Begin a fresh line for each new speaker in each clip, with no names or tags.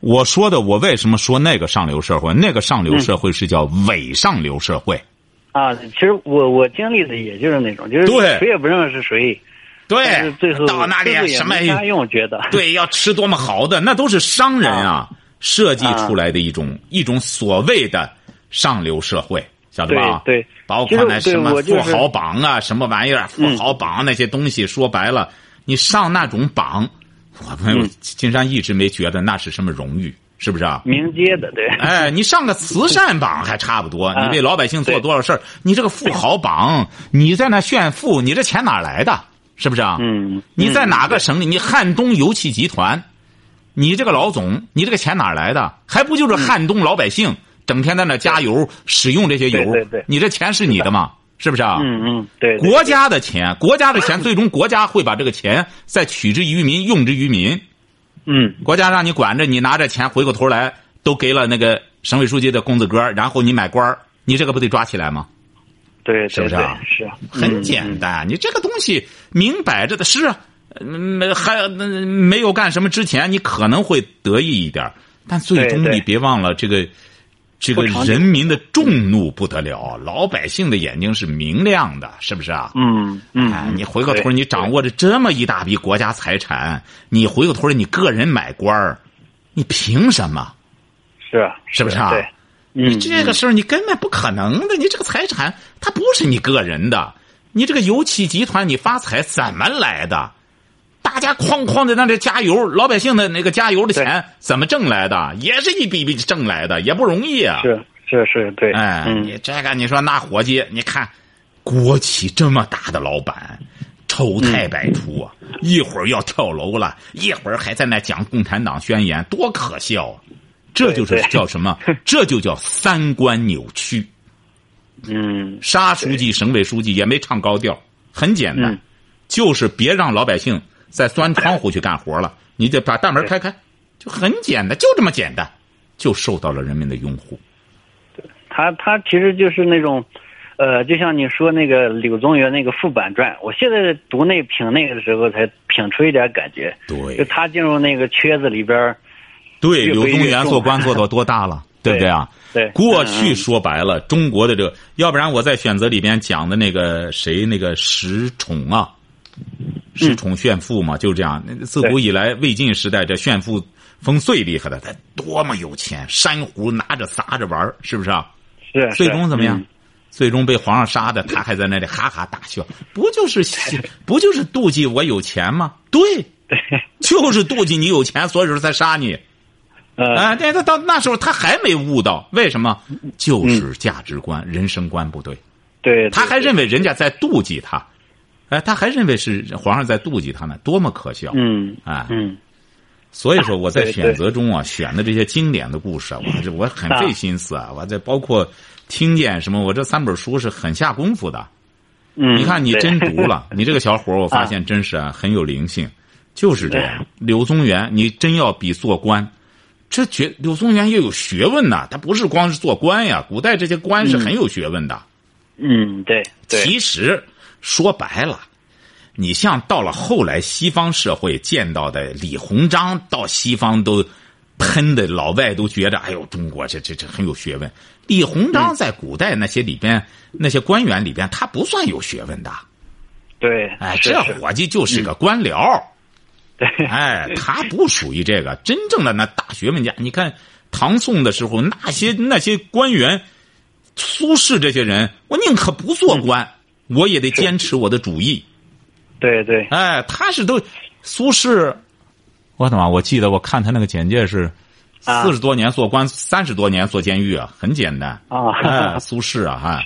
我说的，我为什么说那个上流社会？那个上流社会是叫伪上流社会。
啊，其实我我经历的也就是那种，就是
对
谁也不认识谁，但是
对，
最后
到那里啊
最后也
什么
没啥用，觉得
对，要吃多么好的，那都是商人啊设计出来的一
啊
种、一种所谓的上流社会，晓得吧？
对对
包
其
括
实
那什
对
么
我就
富
是
豪榜啊，什么玩意儿，富
嗯
豪榜那些东西，说白了，你上那种榜，我们
嗯
金山一直没觉得那是什么荣誉，是不是啊？
民街的， 对，
哎，你上个慈善榜还差不多，
啊
你为老百姓做
对
多少事儿？你这个富豪榜， 你在那炫富，你这钱哪儿来的？是不是啊？
嗯，
你在哪个省里？你汉东油气集团，你这个老总，你这个钱哪儿来的？还不
嗯
就是汉东老百姓整天在那加油使用这些油？
对对对
你这钱是你的吗？是不是啊？
嗯嗯，对，对
国家的钱，国家的钱，最终国家会把这个钱再取之于民，用之于民。
嗯
国家让你管着，你拿着钱回过头来都给了那个省委书记的公子哥儿，然后你买官儿你这个不得抓起来吗？
对，
是不是
对
啊
对是啊，
很
嗯
简单，你这个东西明摆着的是啊，没还呃没有干什么之前，你可能会得意一点儿，但最终
对对
你别忘了这个这个
不长久
人民的众怒不得了，老百姓的眼睛是明亮的，是不是啊？
嗯嗯，
哎，
嗯
你回过头
对
你掌握着这么一大笔国家财产，你回过头你个人买官儿，你凭什么？
是啊
是不是啊
对，嗯，
这个事儿你根本不可能的，你这个财产它不是你个人的，你这个油气集团你发财怎么来的？大家哐哐的那这加油，老百姓的那个加油的钱怎么挣来的？也是一笔笔挣来的，也不容易啊。
是嗯是是，对，
哎，
嗯
你这个你说那伙计，你看国企这么大的老板，
嗯
丑态百出啊！一会儿要跳楼了，一会儿还在那讲共产党宣言，多可笑啊！这就是
对对
叫什 么？这就叫三观扭曲。
嗯
沙书记、省委书记也没唱高调，很简单，
嗯
就是别让老百姓再钻 窗户去干活了，你得把大门开开，就很简单，就这么简单，就受到了人民的拥护。
他他其实就是那种，呃，就像你说那个柳宗元那个《副板传》，我现在读那品那个的时候才品出一点感觉，就
对
他进入那个圈子里边儿，
对，
越
柳
归
宗
越
元
重啊
做官做到多大 了，对不对啊？
对，
过
嗯
去说白了，中国的这个，要不然我在选择里边讲的那个谁，那个石崇啊，
嗯
石崇炫富嘛，就是这样。那自古以来，魏晋时代这炫富风最厉害的，他多么有钱，珊瑚拿着撒着玩儿是不是啊？
是嗯
最终怎么？样
是？
最终被皇上杀的，他还在那里哈哈大笑，不就是喜不就是妒忌我有钱吗？对，就是妒忌你有钱，所以说才杀你。
嗯 呃，
啊，但他到那时候他还没悟到，为什么？就是价值观、人生观不对，
嗯对，
他还
对
认为人家在妒忌他，哎，他还认为是皇上在妒忌他呢，多么可笑！
嗯
啊，
嗯
所以说我在
对
选择中啊，选的这些经典的故事啊，我还是我很
啊
费心思啊，我这包括听见什么，我这三本书是很下功夫的。
嗯，
你看你
对
真读了，你这个小伙儿，我发
啊
现真是啊很有灵性，就是这样。 柳宗元，你真要比做官，这绝柳宗元也有学问呐、他不是光是做官呀，古代这些官是很有学问的。
嗯对对
其实说白了，你像到了后来西方社会见到的李鸿章，到西方都喷的老外都觉着，哎呦，中国这这这很有学问。李鸿
嗯
章在古代那些里边、那些官员里边，他不算有学问的。
对，
哎，
是
这
是嗯
伙计就是个官僚，
对
哎，
嗯
他不属于这个真正的那大学问家。你看唐宋的时候，那些那些官员，苏轼这些人，我宁可不做官，
嗯
我也得坚持我的主义。
对对
哎，他是都苏轼，我他妈我记得我看他那个简介是
啊
四十多年做官，三十多年坐监狱啊，很简单哎
啊，
苏轼啊，哈、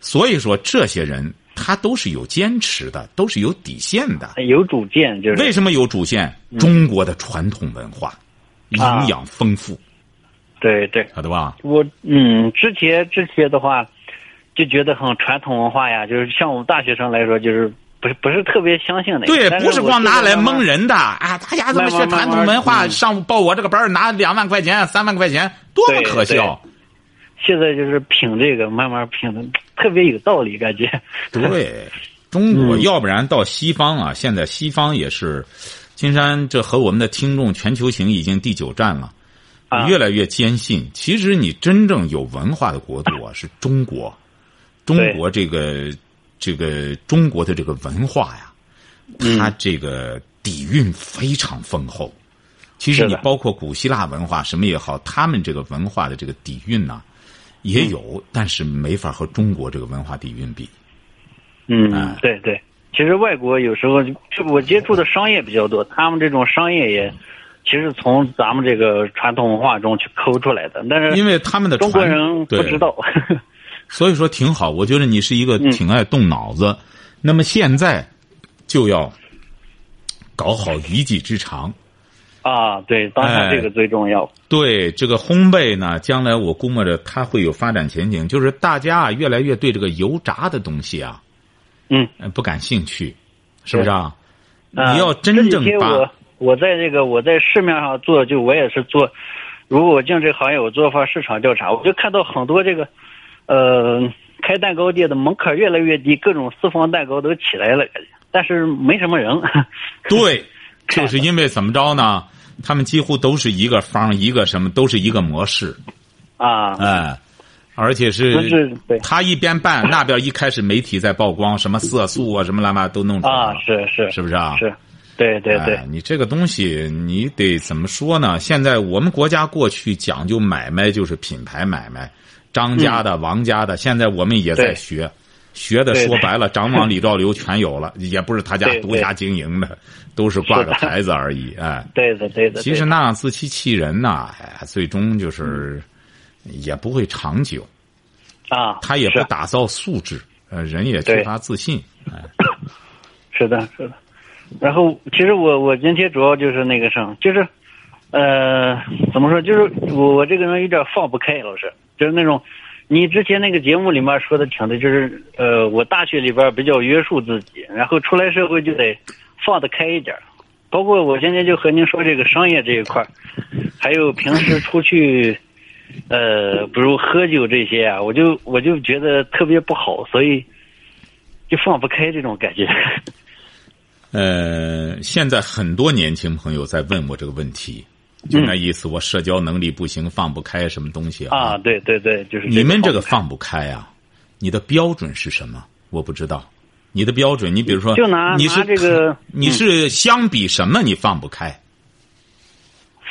所以说这些人他都是有坚持的，都是有底线的。
有主见就是
为什么有主线？中国的传统文化，
嗯啊
营养丰富，
对对，
晓得吧？
我嗯，之前之前的话，就觉得很传统文化呀，就是像我们大学生来说，就是不是不是特别相信那个。
对，
但
不是光拿来蒙
人。
人的啊！大家怎么学
慢慢
传统
慢慢
文化？
嗯
上午报我这个班儿拿两万块钱、三万块钱，多么
对
可笑！
现在就是品这个，慢慢品的特别有道理，感觉。
对，中国
嗯
要不然到西方啊，现在西方也是，金山这和我们的听众全球行已经第九站了。
啊
越来越坚信，其实你真正有文化的国度啊，是中国，中国这个这个中国的这个文化呀，
嗯
它这个底蕴非常丰厚。其实
是
你
的
包括古希腊文化什么也好，他们这个文化的这个底蕴呢、也有，但是没法和中国这个文化底蕴比。啊
嗯，对对，其实外国有时候就我接触的商业比较多，他们这种商业也，其实从咱们这个传统文化中去抠出来的，但
因
是
为他们的
呃中国
传
人不
对
知道。
所以说挺好，我觉得你是一个
嗯
挺爱动脑子。那么现在就要搞好一技之长。
啊，对，当
哎
下这个最重要。
对这个烘焙呢，将来我估摸着它会有发展前景。就是大家啊，越来越对这个油炸的东西啊，
嗯，
呃不感兴趣，是不是啊？
啊
你要真正
这几天
把
我我在这个我在市面上做，就我也是做，如果我进这行业，我做份市场调查，我就看到很多这个，呃，开蛋糕店的门槛越来越低，各种私房蛋糕都起来了，感觉，但是没什么人。
对， 就是因为怎么着呢？他们几乎都是一个方，一个什么，都是一个模式，
啊，
哎，而且
不
是
是对
他一边办，那边一开始媒体在曝光，什么色素啊，什么乱七八糟都弄出来了
啊，是是
是不是啊？
是，对对对
哎，你这个东西，你得怎么说呢？现在我们国家过去讲究买卖就是品牌买卖，张家的、王家的，现在我们也在
对
学，学的
对
说
对
白了，张王李赵刘全有了，也不是他家
对
独
对
家经营的，都是挂
是
个
的
牌子而已，哎。
对的对的。
其实
对的
那样自欺欺人呐、哎，最终就是也不会长久，
啊，
他也不
是
打造素质，呃，人也
对
缺乏自信。哎
是的，是的。然后，其实我我今天主要就是那个啥，就是，呃，怎么说？就是我我这个人有点放不开，老师，就是那种，你之前那个节目里面说的挺的，就是呃，我大学里边比较约束自己，然后出来社会就得放得开一点儿。包括我今天就和您说这个商业这一块儿，还有平时出去，呃，比如喝酒这些啊，我就我就觉得特别不好，所以就放不开这种感觉。
呃，现在很多年轻朋友在问我这个问题，
嗯
就那意思，我社交能力不行，放不开什么东西
啊，对对对，就是
你们这
这
个放不开啊，你的标准是什么？我不知道。你的标准，你比如说，
就拿
你是
拿这个嗯
你是相比什么你放不开？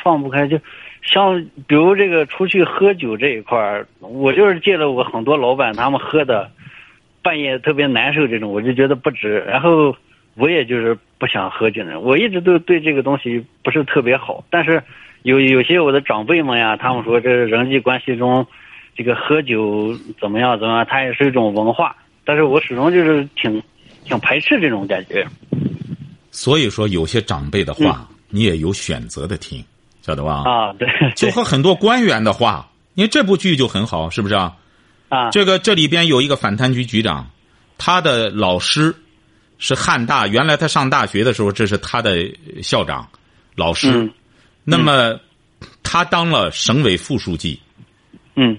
放不开，就像比如这个出去喝酒这一块儿，我就是借了我很多老板他们喝的，半夜特别难受这种，我就觉得不值。然后我也就是不想喝这种，我一直都对这个东西不是特别好，但是有有些我的长辈们呀，他们说这人际关系中，这个喝酒怎么样怎么样，它也是一种文化，但是我始终就是挺挺排斥这种感觉。
所以说，有些长辈的话，你也有选择的听，晓得吧？
嗯啊，对，
就
对
和很多官员的话，你看这部剧就很好，是不是啊？
啊，
这个这里边有一个反贪局局长，他的老师是汉大，原来他上大学的时候，这是他的呃校长老师。
嗯
那么他当了省委副书记，
嗯。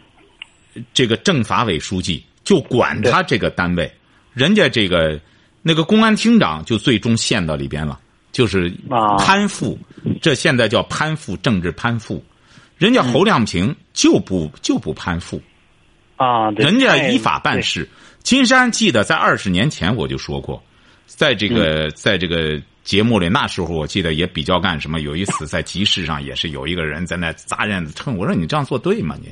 这个政法委书记就管他这个单位，人家这个那个公安厅长就最终陷到里边了，就是
啊
攀附，这现在叫攀附，政治攀附。人家侯亮平就不就不攀附，
啊，对
人家
太
依法办事。金山记得在二十年前我就说过，在这
嗯
个在这个节目里，那时候我记得也比较干什么。有一 次在集市上也是有一个人在那砸人家的秤，我说你这样做对 吗？你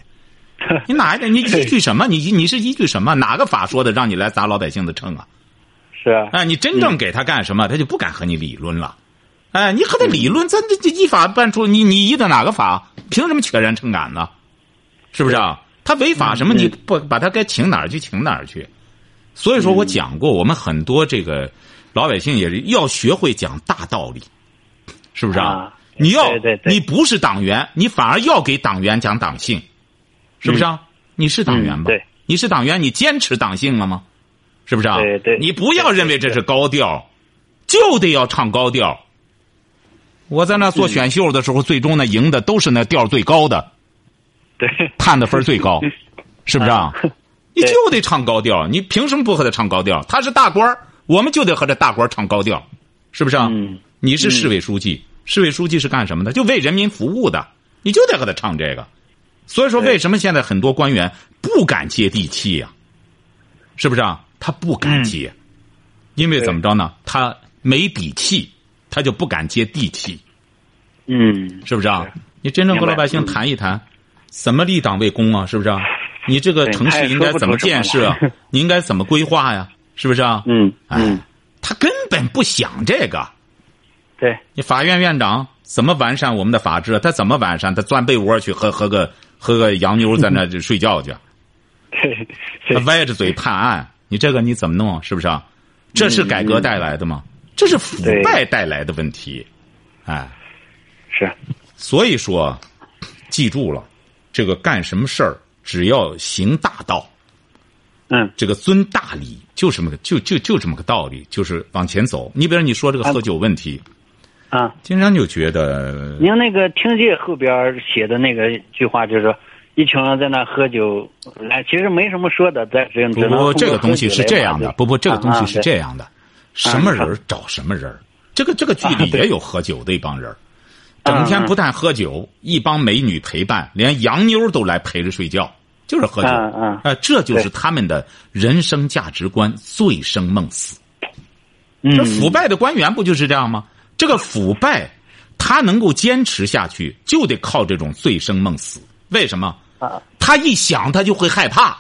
你哪一点？你依据什么？你你是依据什么？哪个法说的让你来砸老百姓的秤啊？
对是啊
哎，你真正给他干什么，他就不敢和你理论了。哎，你和他理论，咱这这依法办出你你依的哪个法？凭什么全然称杆呢？是不是啊？他违法什么？
嗯
你不把他该请哪儿去请哪儿去？所以说
嗯
我讲过，我们很多这个老百姓也是要学会讲大道理，是不是
啊
你要
对对对
你不是党员，你反而要给党员讲党性，是不是啊？你是党员吧？
嗯对，
你是党员，你坚持党性了吗？是不是啊？
对对
你不要认为这是高调，就得要唱高调。我在那做选秀的时候，最终呢赢的都是那调最高的，
对，
判的分最 高，是不是啊？你
嗯对
就得唱高调，你凭什么不和他唱高调？他是大官儿我们就得和这大官儿唱高调，是不是啊？
嗯
你是市委书记，市委书记是干什么的？就为人民服务的。你就得和他唱这个。所以说，为什么现在很多官员不敢接地气呀、是不是啊？他不敢接，因为
嗯对
怎么着呢？他没底气，他就不敢接地气，
嗯，
是不是啊
是？
你真正和
明白
老百姓
嗯
谈一谈，怎么立党为公啊？是不是啊？你这个
对
城
他
市
也
应
说
该
不
怎
出
么
什么
建设 啊
来？
你应该怎么规划呀？是不是啊？
嗯嗯
哎，他根本不想这个。
对，
你法院院长怎么完善我们的法治？他怎么完善？他钻被窝去喝喝个喝个洋妞在 那就睡觉去，
对
他
对
啊歪着嘴判案，你这个你怎么弄？是不是？啊？这是改革带来的吗？这是腐
对
败带来的问题，哎，
是，
所以说，记住了，这个干什么事儿只要行大道，
嗯
这个尊大礼，就这么个就就就这么个道理，就是往前走。你比如你说这个喝酒问题，
啊，
经常就觉得
您那个听界后边儿写的那个句话就是说。一群人在那喝酒，来，其实没什么说的，咱只只
不
能通
不，
过
这个
喝
东西
酒
是
来
这
麻
样的，
醉
不不，这个东西是
啊啊对
这样的，什么人儿找什么人儿，这个这个剧
啊
里
对
也有喝酒的一帮人儿，整天不但喝酒，一帮美女陪伴，连洋妞儿都来陪着睡觉，就是喝酒，
嗯嗯
呃，这就是
对
他们的人生价值观醉生梦死。这
嗯，
腐败的官员不就是这样吗？这个腐败，他能够坚持下去，就得靠这种醉生梦死。为什么？
啊
他一想，他就会害怕，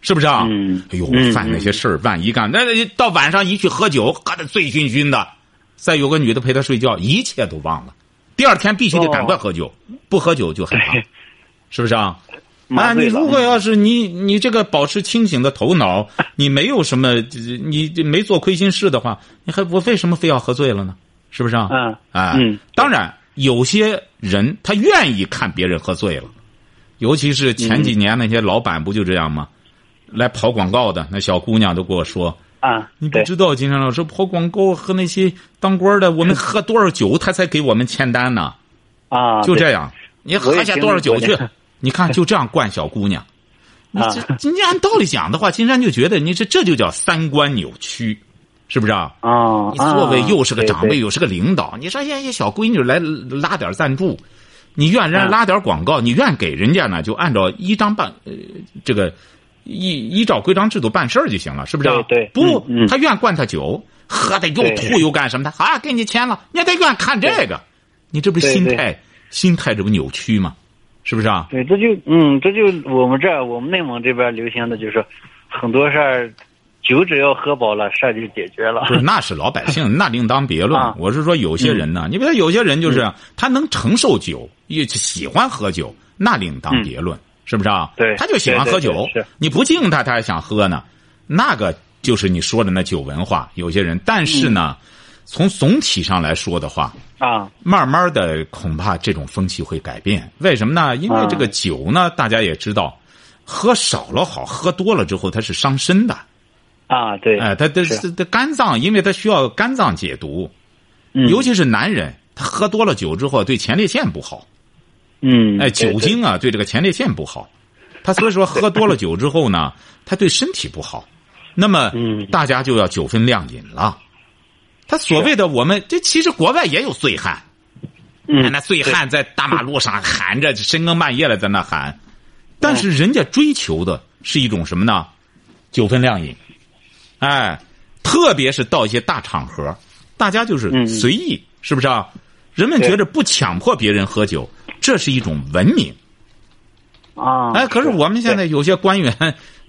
是不是啊？
嗯
哎呦，
嗯
犯那些事儿，万一干，那那到晚上一去喝酒，喝的醉醺醺的，再有个女的陪他睡觉，一切都忘了。第二天必须得赶快喝
哦
酒，不喝酒就害怕
对，
是不是啊？啊，
麻
你
醉了
如果要是你你这个保持清醒的头 脑，你没有什么，呃你你没做亏心事的话，你还我为什么非要喝醉了呢？是不是啊？
嗯
哎，
嗯
当然有些人他愿意看别人喝醉了，尤其是前几年那些老板不就这样吗？来跑广告的那小姑娘都跟我说，
啊，
你不
对
知道金山老师跑广告和那些当官的，我们喝多少酒他才给我们签单呢？
啊，
就
对
这样，你喝下多少酒去？你看就这样惯小姑娘，你
啊
这你按道理讲的话，金山就觉得你这这就叫三观扭曲，是不是啊？
啊，
你作为
啊
又是个长，辈，
对对
又是个领导，你说人家小闺女来拉点赞助，你愿人家
嗯
拉点广告，你愿给人家呢，就按照依章办，呃，这个依依照规章制度办事儿就行了，是不是啊？
对对
不
嗯，嗯
他愿灌他酒，喝的又
对
吐又干什么的，啊，给你签了，人家他愿看这个，你这不是
对
心
对
态心态这不扭曲吗？是不是啊？
对，这就嗯，这就我们这儿我们内蒙这边流行的就是很多事儿，酒只要喝饱了，事儿就解决了。
不是，那是老百姓，那另当别论。
啊嗯
我是说，有些人呢，你比如有些人就是、他能承受酒，也喜欢喝酒，那另当别论，是不是啊？
嗯对
他就喜欢喝
对
酒
对对是，
你不敬他，他还想喝呢。那个就是你说的那酒文化，有些人。但是
嗯
呢，从总体上来说的话，
啊，
慢慢的，恐怕这种风气会改变。为什么呢？因为这
啊
个酒呢，大家也知道，喝少了好，喝多了之后它是伤身的。
啊，对，
哎，他的
是
他肝脏，因为他需要肝脏解毒，
嗯
尤其是男人，他喝多了酒之后对前列腺不好。
嗯，
哎，
对
酒，精啊，对这个前列腺不好。他所以 说喝多了酒之后呢，他对身体不好。那么
嗯，
大家就要酒分量饮了。他所谓的我们，这其实国外也有醉汉，
对
哎那
嗯，
醉汉在大马路上喊着，深更半夜了在那喊，但
哦
是人家追求的是一种什么呢？酒分量饮，哎，特别是到一些大场合，大家就是
嗯
随意，是不是啊？人们
对
觉着不强迫别人喝酒，这是一种文明。
啊，
哎，可是我们现在有些官员，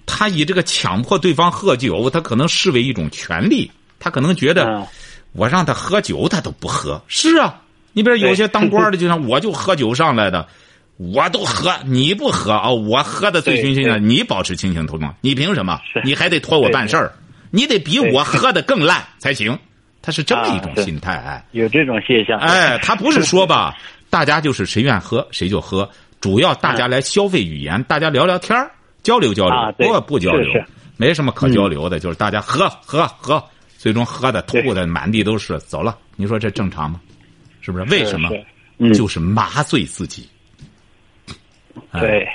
他以这个强迫对方喝酒，他可能视为一种权利，他可能觉
对
得，
嗯
我让他喝酒，他都不喝。是啊，你比如有些当官的，就像我就喝酒上来的，我都喝，你不喝啊、我喝的醉醺醺的，
对对
你保持清醒头脑，你凭什么
是？
你还得托我办事儿，你得比
对
我喝的更烂才行。他是这么一种
啊是
心态，哎，
有这种现象，
哎，他不是说吧，大家就是谁愿喝谁就喝，主要大家来消费语言，大家聊聊天儿交流交
啊
流，
对
不不交流
是是，嗯
没什么可交流的，就是大家喝喝喝，最终喝的吐的满地都是，走了。你说这正常吗？是不是？为
是
什么？
是嗯，
就是麻醉自己。哎
对，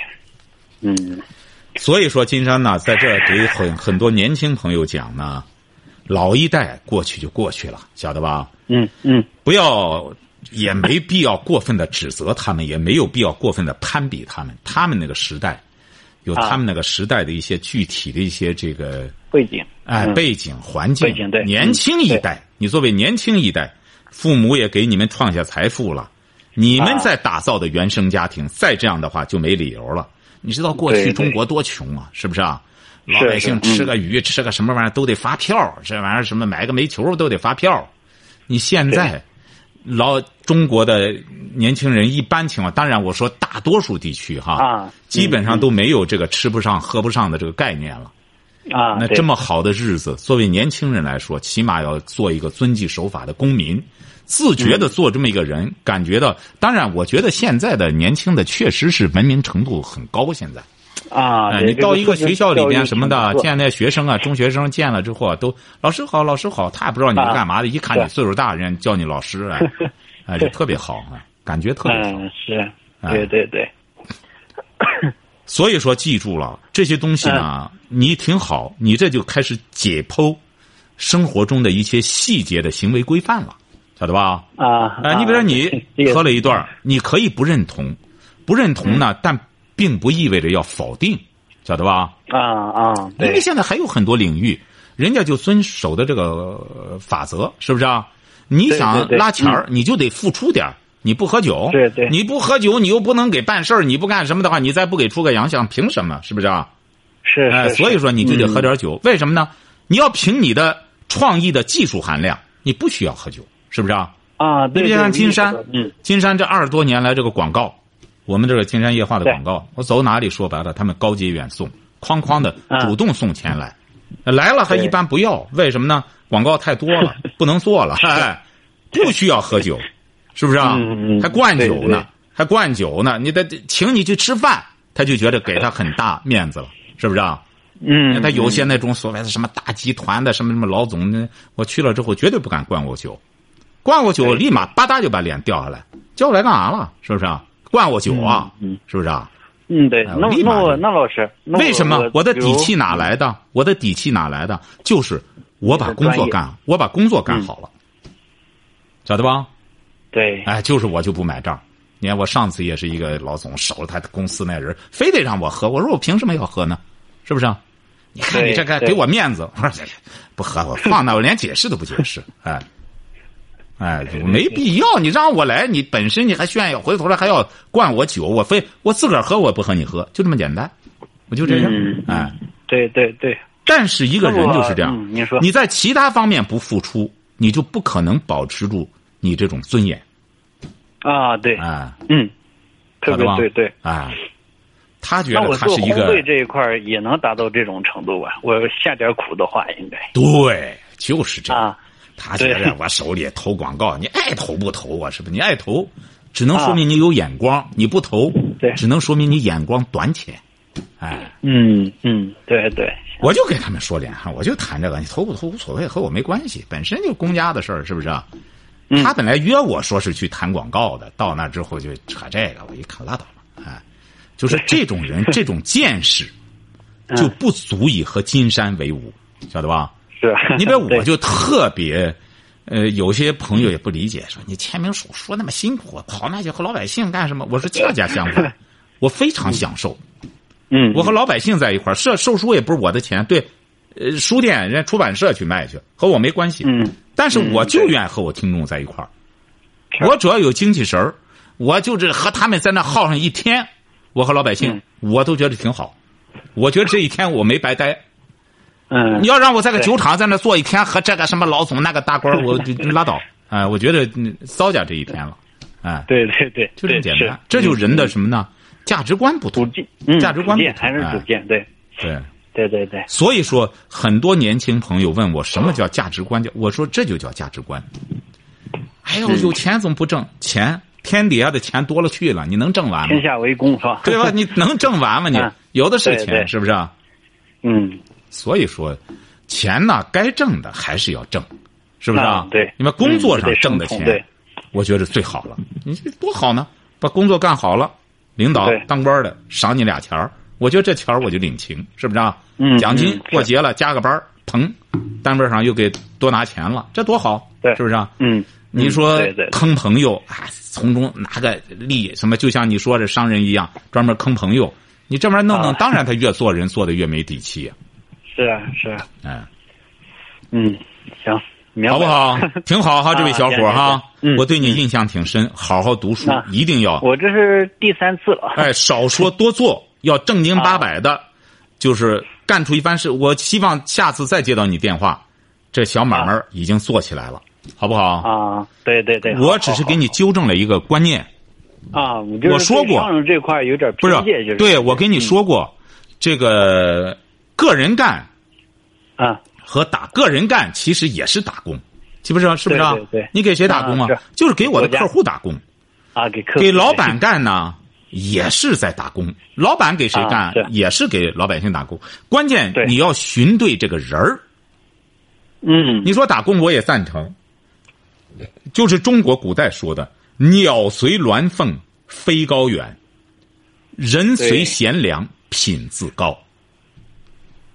嗯，
所以说，金山呢，在这儿给很很多年轻朋友讲呢，老一代过去就过去了，晓得吧？
嗯嗯，
不要也没必要过分的指责他们，也没有必要过分的攀比他们。他们那个时代，有他们那个时代的一些具体的一些这个
背景，
哎
嗯
背景环境。
背景对
年轻一
嗯
代，你作为年轻一代，父母也给你们创下财富了，你们
啊
再打造的原生家庭，再这样的话就没理由了。你知道过去
对
中
对
国多穷啊，是不是啊？
是
老百姓
是嗯
吃个鱼、吃个什么玩意儿都得发票，这玩意儿什么买个煤球都得发票。你现在老中国的年轻人一般情况，当然我说大多数地区哈，
啊
基本上都没有这个吃不上、喝不上的这个概念了。
啊，
那
对
这么好的日子，作为年轻人来说，起码要做一个遵纪守法的公民，自觉的做这么一个人，感觉到。当然，我觉得现在的年轻的确实是文明程度很高，现在。
啊，
哎，
对
你
这
到一个
父
学
亲
校里
教育
边什么
挺
的
不，错
见那学生啊，中学生见了之后啊，都老师好，老师好，他也不知道你是干嘛的，一看你
对
岁数大，人家叫你老师， 哎，哎，就特别好啊，感觉特别好。
嗯，是，
啊
对对对，
所以说，记住了这些东西呢，
嗯
你挺好，你这就开始解剖生活中的一些细节的行为规范了，晓得吧？
啊
啊，你比如说
这
你
个
喝了一段儿，你可以不认同，不认同
嗯
呢，但并不意味着要否定，晓得吧？
啊啊，
因为
对
现在还有很多领域，人家就遵守的这个呃法则，是不是啊？你
对
想
对对
拉钱儿，你就得付出点儿你不喝酒，
对对
你不喝酒，你又不能给办事儿，你不干什么的话，你再不给出个洋相，凭什么？是不是啊？
是，
哎，
是嗯
所以
是
说你就得喝点酒，为什么呢？你要凭你的创意的技术含量，你不需要喝酒，是不是啊？
啊，
你
对，
比
对
如像
我
金
意识
山
到嗯，
金山这二十多年来这个广告，我们这个金山夜话的
对
广告，我走哪里说白了，他们高接远送，哐哐的
嗯
主动送钱来，来了还
对
一般不要，为什么呢？广告太多 了，不能做了，哎，不需要喝酒，是不是啊
嗯嗯？嗯
还灌酒
对对
呢，还灌酒呢，你得请你去吃饭，他就觉得给他很大面子了，是不是啊？
嗯，
他有些那种所谓的什么大集团的什么什么老总，那我去了之后绝对不敢灌我酒，灌我酒
对
立马吧嗒就把脸掉下来，叫我来干啥了？是不是啊？灌我酒啊？
嗯嗯
是不是啊？
嗯，对，
哎
那
我立马
那我
就
那老师，那
为什么
我
我的
比
底
如
气哪来的？我的底气哪来的？就是我把
你的
工作
专业嗯
干了，我把工作干好了，晓得吧？
对
哎，就是我就不买账。你看我上次也是一个老总，守着他公司那人，非得让我喝。我说我凭什么要喝呢？是不是啊？你看你这个
对对
给我面子，我说哎不喝，我放那，我连解释都不解释。哎，哎，没必要。你让我来，你本身你还炫耀，回头来还要灌我酒，我非我自个儿喝，我不和你喝，就这么简单。我就这样
嗯，
哎。
对对对，
但是一个人就是这样，
那我嗯您说
你在其他方面不付出，你就不可能保持住你这种尊严。
啊，对，
哎，
嗯，特
晓得
别
吧？
对对。
啊，他觉
那
得
我
他
做
是一
烘
个
焙这一块儿也能达到这种程度吧？我下点苦的话，应该
对，就是这样。
啊，
他觉
对
得我手里投广告，你爱投不投啊？是不是？你爱投，只能说明你有眼光；你不投
啊对，
只能说明你眼光短浅。哎，
嗯嗯，对对，
我就给他们说脸上，我就谈这个，你投不投无所谓，和我没关系，本身就公家的事儿，是不是啊？
嗯
他本来约我说是去谈广告的，到那之后就扯这个，我一看拉倒吧，哎，就是这种人，这种见 识，
嗯
就不足以和金山为伍，晓得吧？
是。
你比如
对
我就特别，呃，有些朋友也不理解，说你签名手说那么辛苦，跑那去和老百姓干什么？我说恰恰相反， 我非常享受，
嗯，
我和老百姓在一块儿，售售书也不是我的钱，对，呃，书店人家出版社去卖去，和我没关系。
嗯，
但是我就愿意和我听众在一块儿，
是
我只要有精气神儿，我就是和他们在那耗上一天，我和老百
嗯
姓、我都觉得挺好，我觉得这一天我没白待。
嗯
你要让我在个
对
酒厂在那坐一天，和这个什么老总那个大官儿，我就拉倒。哎、我觉得嗯糟践这一天了，哎、
对对对，
就这么
对
简
是嗯
单。这就是人的什么呢？价值观不
主
同，
见，嗯
价值观
主
不
见
同
还是
哎嗯
主见，对
对。
对对对，
所以说，很多年轻朋友问我什么叫价值观，叫我说这就叫价值观。哎呦，有钱怎么不挣钱？天底下的钱多了去了，你能挣完吗
天？下为公是吧？
对吧？你能挣完吗？你
嗯
有的是
对
钱，
对
是不是啊？
嗯，
所以说，钱呢，该挣的还是要挣，是不是啊
啊？对
你们工作上
嗯对
挣的
生
钱，
痛对
我觉得最好了。你这多好呢！把工作干好了，领导
嗯对
当官的赏你俩钱儿，我觉得这钱儿我就领情，是不是啊？
嗯
奖金
嗯
过节了加个班儿，砰，单位上又给多拿钱了，这多好，
对
是不是啊？
嗯，
你说
对对
坑朋友啊，从中拿个利，什么就像你说这商人一样，专门坑朋友，你这玩意儿弄弄，
啊
当然他越做人做的越没底气呀、
是啊是啊，
嗯，
嗯，行，明白
好不好？挺好哈，
啊
这位小伙
行
儿
行
哈
行嗯，
我对你印象挺深，好好读书
那，
一定要
我这是第三次了，
哎，少 说多做，要正经
啊
八百的，就是干出一番事。我希望下次再接到你电话，这小买卖已经做起来了，好不好？
啊，对对对，
我只是给你纠正了一个观念，
好好好啊，我就是
我说
对
过
商人这块有点
不是
偏见，就？是嗯
对，我跟你说过，这个个人干
啊，
和打个人干其实也是打工，是不是啊？是不是啊
对对对？
你给谁打工啊
啊是？
就是给我的
国家
客户打工。
啊，给客户
给老板干呢，也是在打工。老板给谁干
啊，对
也是给老百姓打工。关键
对
你要寻对这个人儿。
嗯，
你说打工，我也赞成。就是中国古代说的“鸟随鸾凤飞高远，人随
对
贤良品自高”，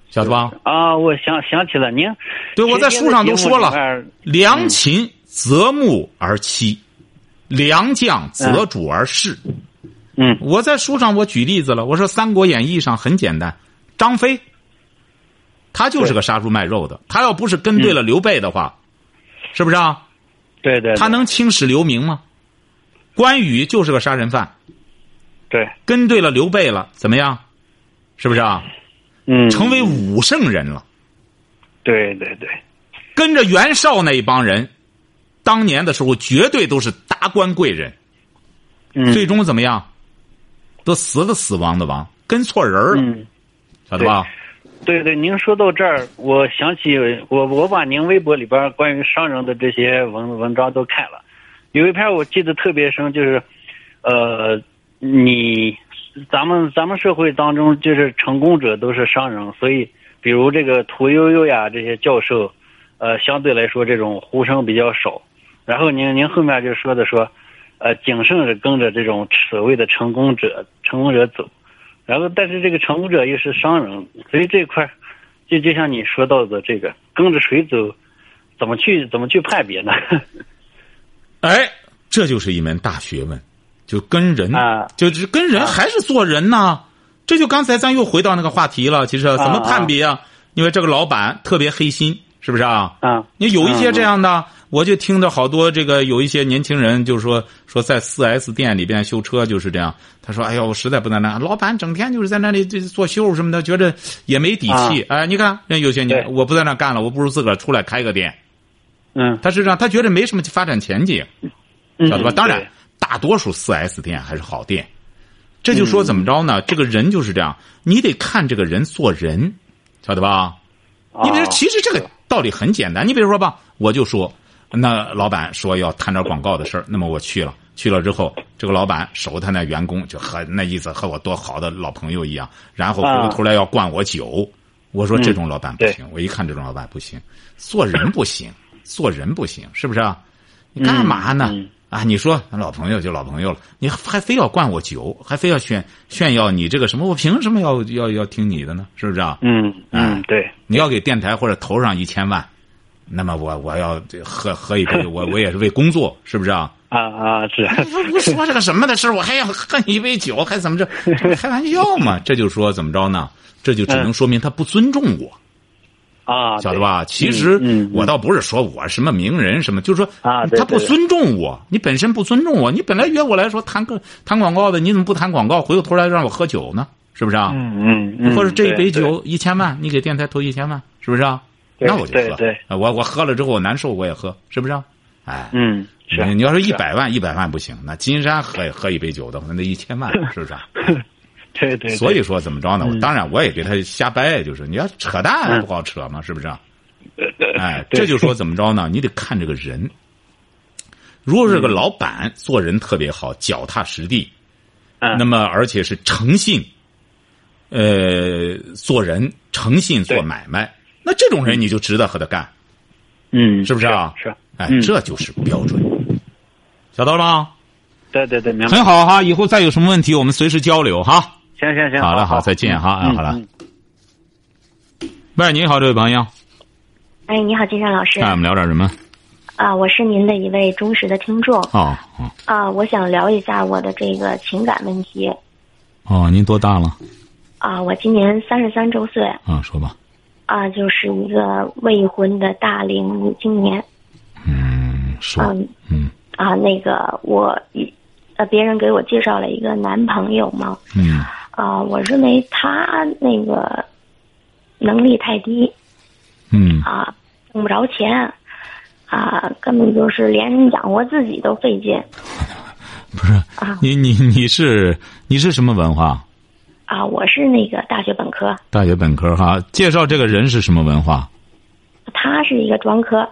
晓得吧？
啊，我想想起了您，
对，我在书上都说了
前天的节目里面，
良禽择木而栖，良将择主而事。
嗯
我在书上我举例子了，我说《三国演义》上很简单，张飞，他就是个杀猪卖肉的，他要不是跟对了刘备的话，是不是啊？
对对，对
他能青史留名吗？关羽就是个杀人犯，
对，
跟对了刘备了，怎么样？是不是啊？
嗯，
成为武圣人了。
对对对，
跟着袁绍那一帮人，当年的时候绝对都是达官贵人，
嗯，
最终怎么样？都死了死亡的亡，跟错人儿了，
嗯。
晓得吧？
对对，您说到这儿，我想起我我把您微博里边关于商人的这些文文章都看了，有一篇我记得特别深，就是，呃，你咱们咱们社会当中就是成功者都是商人，所以比如这个屠呦呦呀这些教授，呃，相对来说这种呼声比较少。然后您您后面就说的说，呃，谨慎的跟着这种所谓的成功者成功者走。然后，但是这个成功者又是商人，所以这块儿，就就像你说到的这个，跟着谁走，怎么去怎么去判别呢？
哎，这就是一门大学问，就跟人，
啊
就是跟人
啊
还是做人呐。这就刚才咱又回到那个话题了，其
啊
实怎么判别啊？因为这个老板特别黑心，是不是啊？
啊，
你有一些这样的，我就听着好多这个有一些年轻人就是说说在四 S 店里边修车就是这样，他说：“哎呦，我实在不能那，老板整天就是在那里这做秀什么的，觉得也没底气。哎，你看人有些
啊对
年我不在那干了，我不如自个儿出来开个店。
嗯，
他是这样，他觉得没什么发展前景，
嗯
晓得吧？当然
对，
大多数四 S 店还是好店。这
嗯
就说怎么着呢？这个人就是这样，你得看这个人做人，晓得吧？你比如
啊
说，其实这个道理很简单。你比如说吧，我就说，那老板说要谈点广告的事儿，那么我去了，去了之后，这个老板守他那员工，就和那意思和我多好的老朋友一样，然后回
啊
过头来要灌我酒。我说这种
嗯
老板不行，我一看这种老板不行，做人不行，做人不行，是不是啊？你干嘛呢？
嗯
啊，你说老朋友就老朋友了，你还非要灌我酒，还非要炫炫耀你这个什么？我凭什么要要要听你的呢？是不是啊？
嗯
哎
嗯，对，
你要给电台或者投上一千万，那么我我要这喝喝一 杯，我我也是为工作，是不是啊？
啊啊是，
不说这个什么的事儿，我还要喝你一杯酒，还 怎么着？开玩笑嘛，这就说怎么着呢？这就只能说明他不尊重我，
啊，
晓得
对？
吧？其实
嗯嗯
我倒不是说我什么名人什么，就是说
啊对
他不
对对
尊重我，你本身不尊重我，你本来约我来说谈个谈广告的，你怎么不谈广告，回过头来让我喝酒呢？是不是啊？
嗯嗯嗯，
或者这一杯
对对
酒一千万，你给电台投一千万，是不是啊？
对
那我就
对
喝，
对
呃我我喝了之后我难受我也喝，是不是啊？哎，
嗯是
你你要是一
是
百万一百万不行，那金山喝喝一杯酒的话，那一千 万是不是啊？
对对，对
所以说怎么着呢？我
嗯
当然我也给他瞎掰，就是你要扯淡还
嗯
不好扯嘛，是不是 啊？
对
哎，
对
这就说怎么着呢？你得看这个人。如果是个老板，做人特别好，脚踏实地，
嗯
那么而且是诚信，呃，做人诚信做
对
买卖，那这种人你就值得和他干，
嗯
是不是啊？
是，
哎，
嗯
这就是标准，晓得了吗？
对对对，明白。
很好哈，以后再有什么问题我们随时交流哈。
行行行，
好了，
嗯好
好，再见哈，啊，
嗯
好了
嗯。
喂，你好，这位朋友，
哎，你好，金山老师。
啊看我们聊点什么？
啊，我是您的一位忠实的听众
哦哦
啊，我想聊一下我的这个情感问题
哦，您多大了？
啊，我今年三十三周岁
啊，说吧。
啊，就是一个未婚的大龄女青年，
嗯，说
嗯
嗯
啊，那个我一呃，别人给我介绍了一个男朋友嘛，
嗯
啊，我认为他那个能力太低
嗯
啊，挣不着钱啊，根本就是连养活自己都费劲
不是
啊
你你你是你是什么文化？
啊。我是那个大学本科，
大学本科哈。介绍这个人是什么文化？
他是一个专科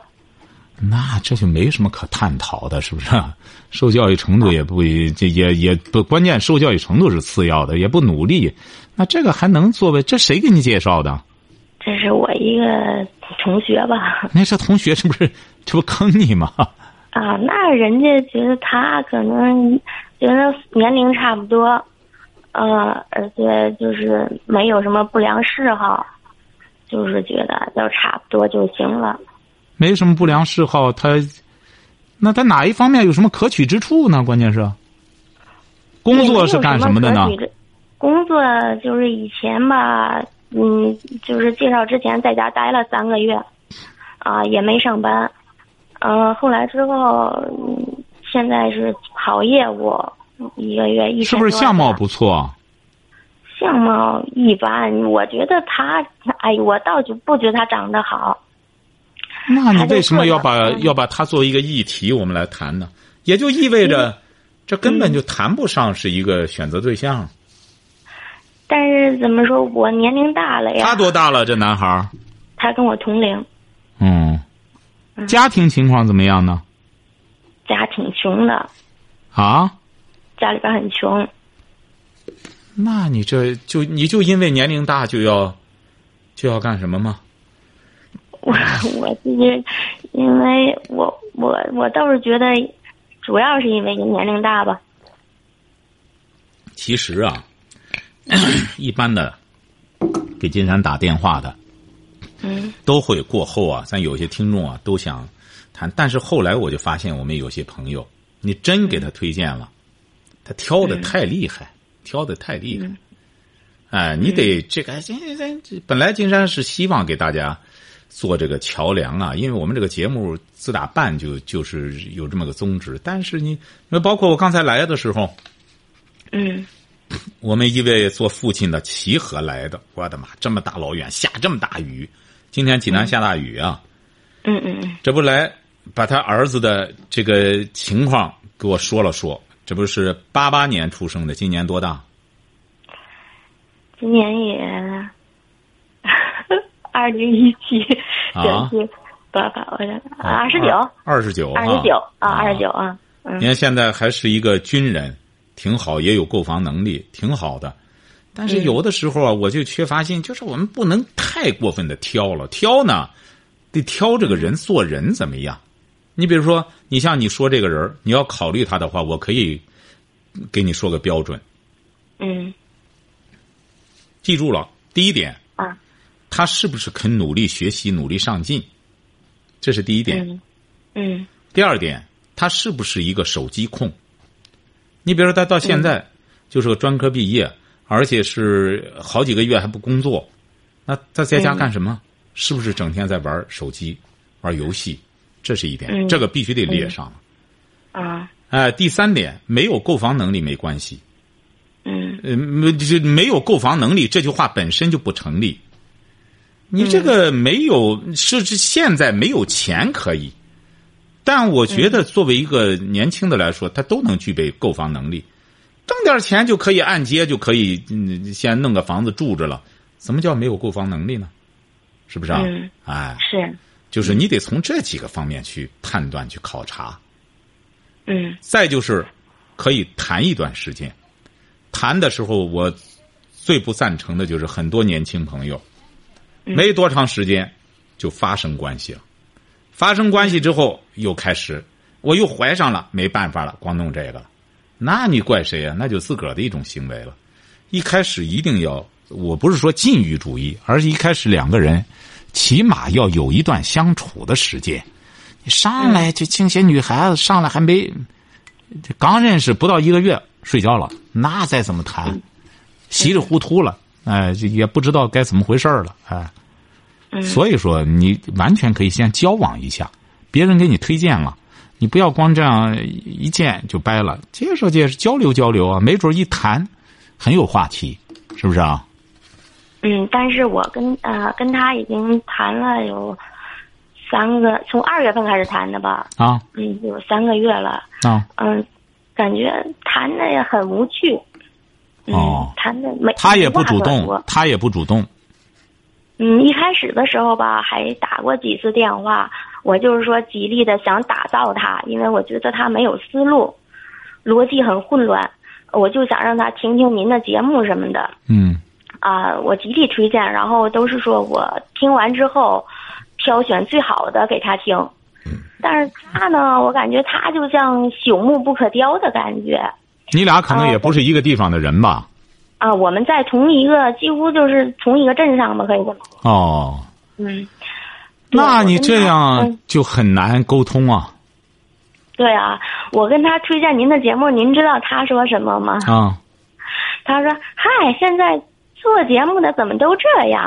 那这就没什么可探讨的，是不是？啊受教育程度也不这也也不关键，受教育程度是次要的，也不努力，那这个还能作为这谁给你介绍的？
这是我一个同学吧，
那这同学是不是这不坑你吗？
啊，那人家觉得他可能觉得年龄差不多，呃，而且就是没有什么不良嗜好，就是觉得就差不多就行了。
没什么不良嗜好，他那他哪一方面有什么可取之处呢？关键是工作是干
什
么的呢
可？取之？工作就是以前吧，嗯，就是介绍之前在家待了三个月，啊、也没上班，呃，后来之后，嗯，现在是跑业务，一个月一
是
千
不
多
是相貌
吧
不错？啊
相貌一般，我觉得他，哎，我倒就不觉得他长得好。
那你为什么要
还
把
在做呢
要把它作为一个议题我们来谈呢？也就意味着，这根本就谈不上是一个选择对象。
但是怎么说，我年龄大了呀。
他多？大了？这男孩儿，
他跟我同龄，
嗯，家庭情况怎么样呢？
家挺穷的，
啊，
家里边很穷。
那你这就你就因为年龄大就要就要干什么吗？
我我自己，因为我我我倒是觉得，主要是因为年龄大吧。
其实啊， 一般的给金山打电话的，
嗯
都会过后啊，咱有些听众啊都想谈，但是后来我就发现，我们有些朋友，你真给他推荐了，他挑的太厉害，挑的太厉害，哎，你得这个，哎这这这这本来金山是希望给大家做这个桥梁啊，因为我们这个节目啊自打办就就是有这么个宗旨，但是你，那包括我刚才来的时候，
嗯
我们一位做父亲的齐河来的，我的妈，这么大老远下这么大雨，今天济南下大雨啊。
嗯嗯嗯
这不来把他儿子的这个情况给我说了说。这不是八八年出生的，今年多大？
今年也 二零一七，
啊
对对，八八，我想啊二十九，
二十九，
二十九啊，二十九。啊，嗯
你看现在还是一个军人，挺好，也有购房能力，挺好的。但
嗯
是有的时候啊，我就缺乏信，就是我们不能太过分的挑了，挑呢，得挑这个人做人怎么样。你比如说，你像你说这个人儿，你要考虑他的话，我可以给你说个标准，
嗯
记住了。第一点，
啊
他是不是肯努力学习、努力上进，这是第一点。
嗯嗯
第二点，他是不是一个手机控？你比如说，他到现
嗯
在就是个专科毕业，而且是好几个月还不工作，那他在家干什
嗯
么？是不是整天在玩手机、玩游戏？这是一点，
嗯
这个必须得列上。
啊
哎、第三点，没有购房能力没关系，
嗯
呃，没这没有购房能力这句话本身就不成立。你这个没有是是现在没有钱可以，但我觉得作为一个年轻的来说，他都能具备购房能力，挣点钱就可以按揭就可以，嗯，先弄个房子住着了。什么叫没有购房能力呢？是不是啊？
嗯
哎，
是
就是你得从这几个方面去判断、去考察。
嗯
再就是可以谈一段时间。谈的时候，我最不赞成的就是很多年轻朋友，没多长时间就发生关系了。发生关系之后，又开始我又怀上了，没办法了，光弄这个了。那你怪谁呀、那就自个儿的一种行为了。一开始一定要，我不是说禁欲主义，而是一开始两个人起码要有一段相处的时间。上来就倾斜女孩子，上来还没刚认识不到一个月睡觉了，那再怎么谈，稀里糊涂了，哎，这也不知道该怎么回事儿了，哎。
嗯
所以说，你完全可以先交往一下，别人给你推荐了，你不要光这样一见就掰了，介绍介绍，交流交流啊，没准一谈很有话题，是不是啊？
嗯，但是我跟呃跟他已经谈了有三个，从二月份开始谈的吧，
啊
嗯，有三个月了，
啊
嗯，感觉谈的也很无趣，嗯，
哦
谈的没
他也不主
没话可
动
说，
他也不主动。
嗯，一开始的时候吧，还打过几次电话，我就是说极力的想打造他，因为我觉得他没有思路，逻辑很混乱，我就想让他听听您的节目什么的
嗯
啊、我极力推荐，然后都是说我听完之后挑选最好的给他听，
嗯
但是他呢，我感觉他就像朽木不可雕的感觉
你俩可能
啊
也不是一个地方的人吧？
啊、我们在同一个几乎就是同一个镇上吧，可以这么说，
哦，
嗯。对
那
我
你
跟
这
他嗯
样就很难沟通啊
对啊，我跟他推荐您的节目，您知道他说什么吗？
啊！
他说：“嗨，现在做节目的怎么都这样？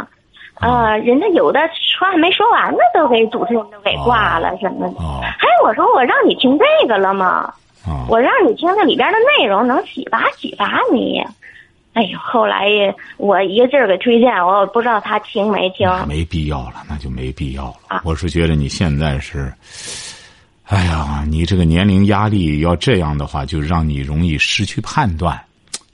啊
呃，人家有的话没说完呢，都给主持人都给挂了什么的。
哦
哎，我说我让你听这个了吗？
哦
我让你听这里边的内容，能启发启发你。哎呦，后来也我一个劲儿给推荐，我不知道他听没听。
那没必要了，那就没必要了
啊。
我是觉得你现在是，哎呀，你这个年龄压力要这样的话，就让你容易失去判断。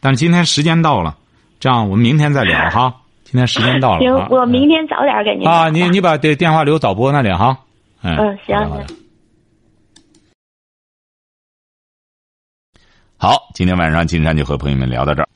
但是今天时间到了，这样我们明天再聊哈。今天时间到
行
了啊，，
我明天早点给您
啊，
打
你
吧
你把这电话留导播那里哈。哎
嗯行
好的好的好，今天晚上金山就和朋友们聊到这儿。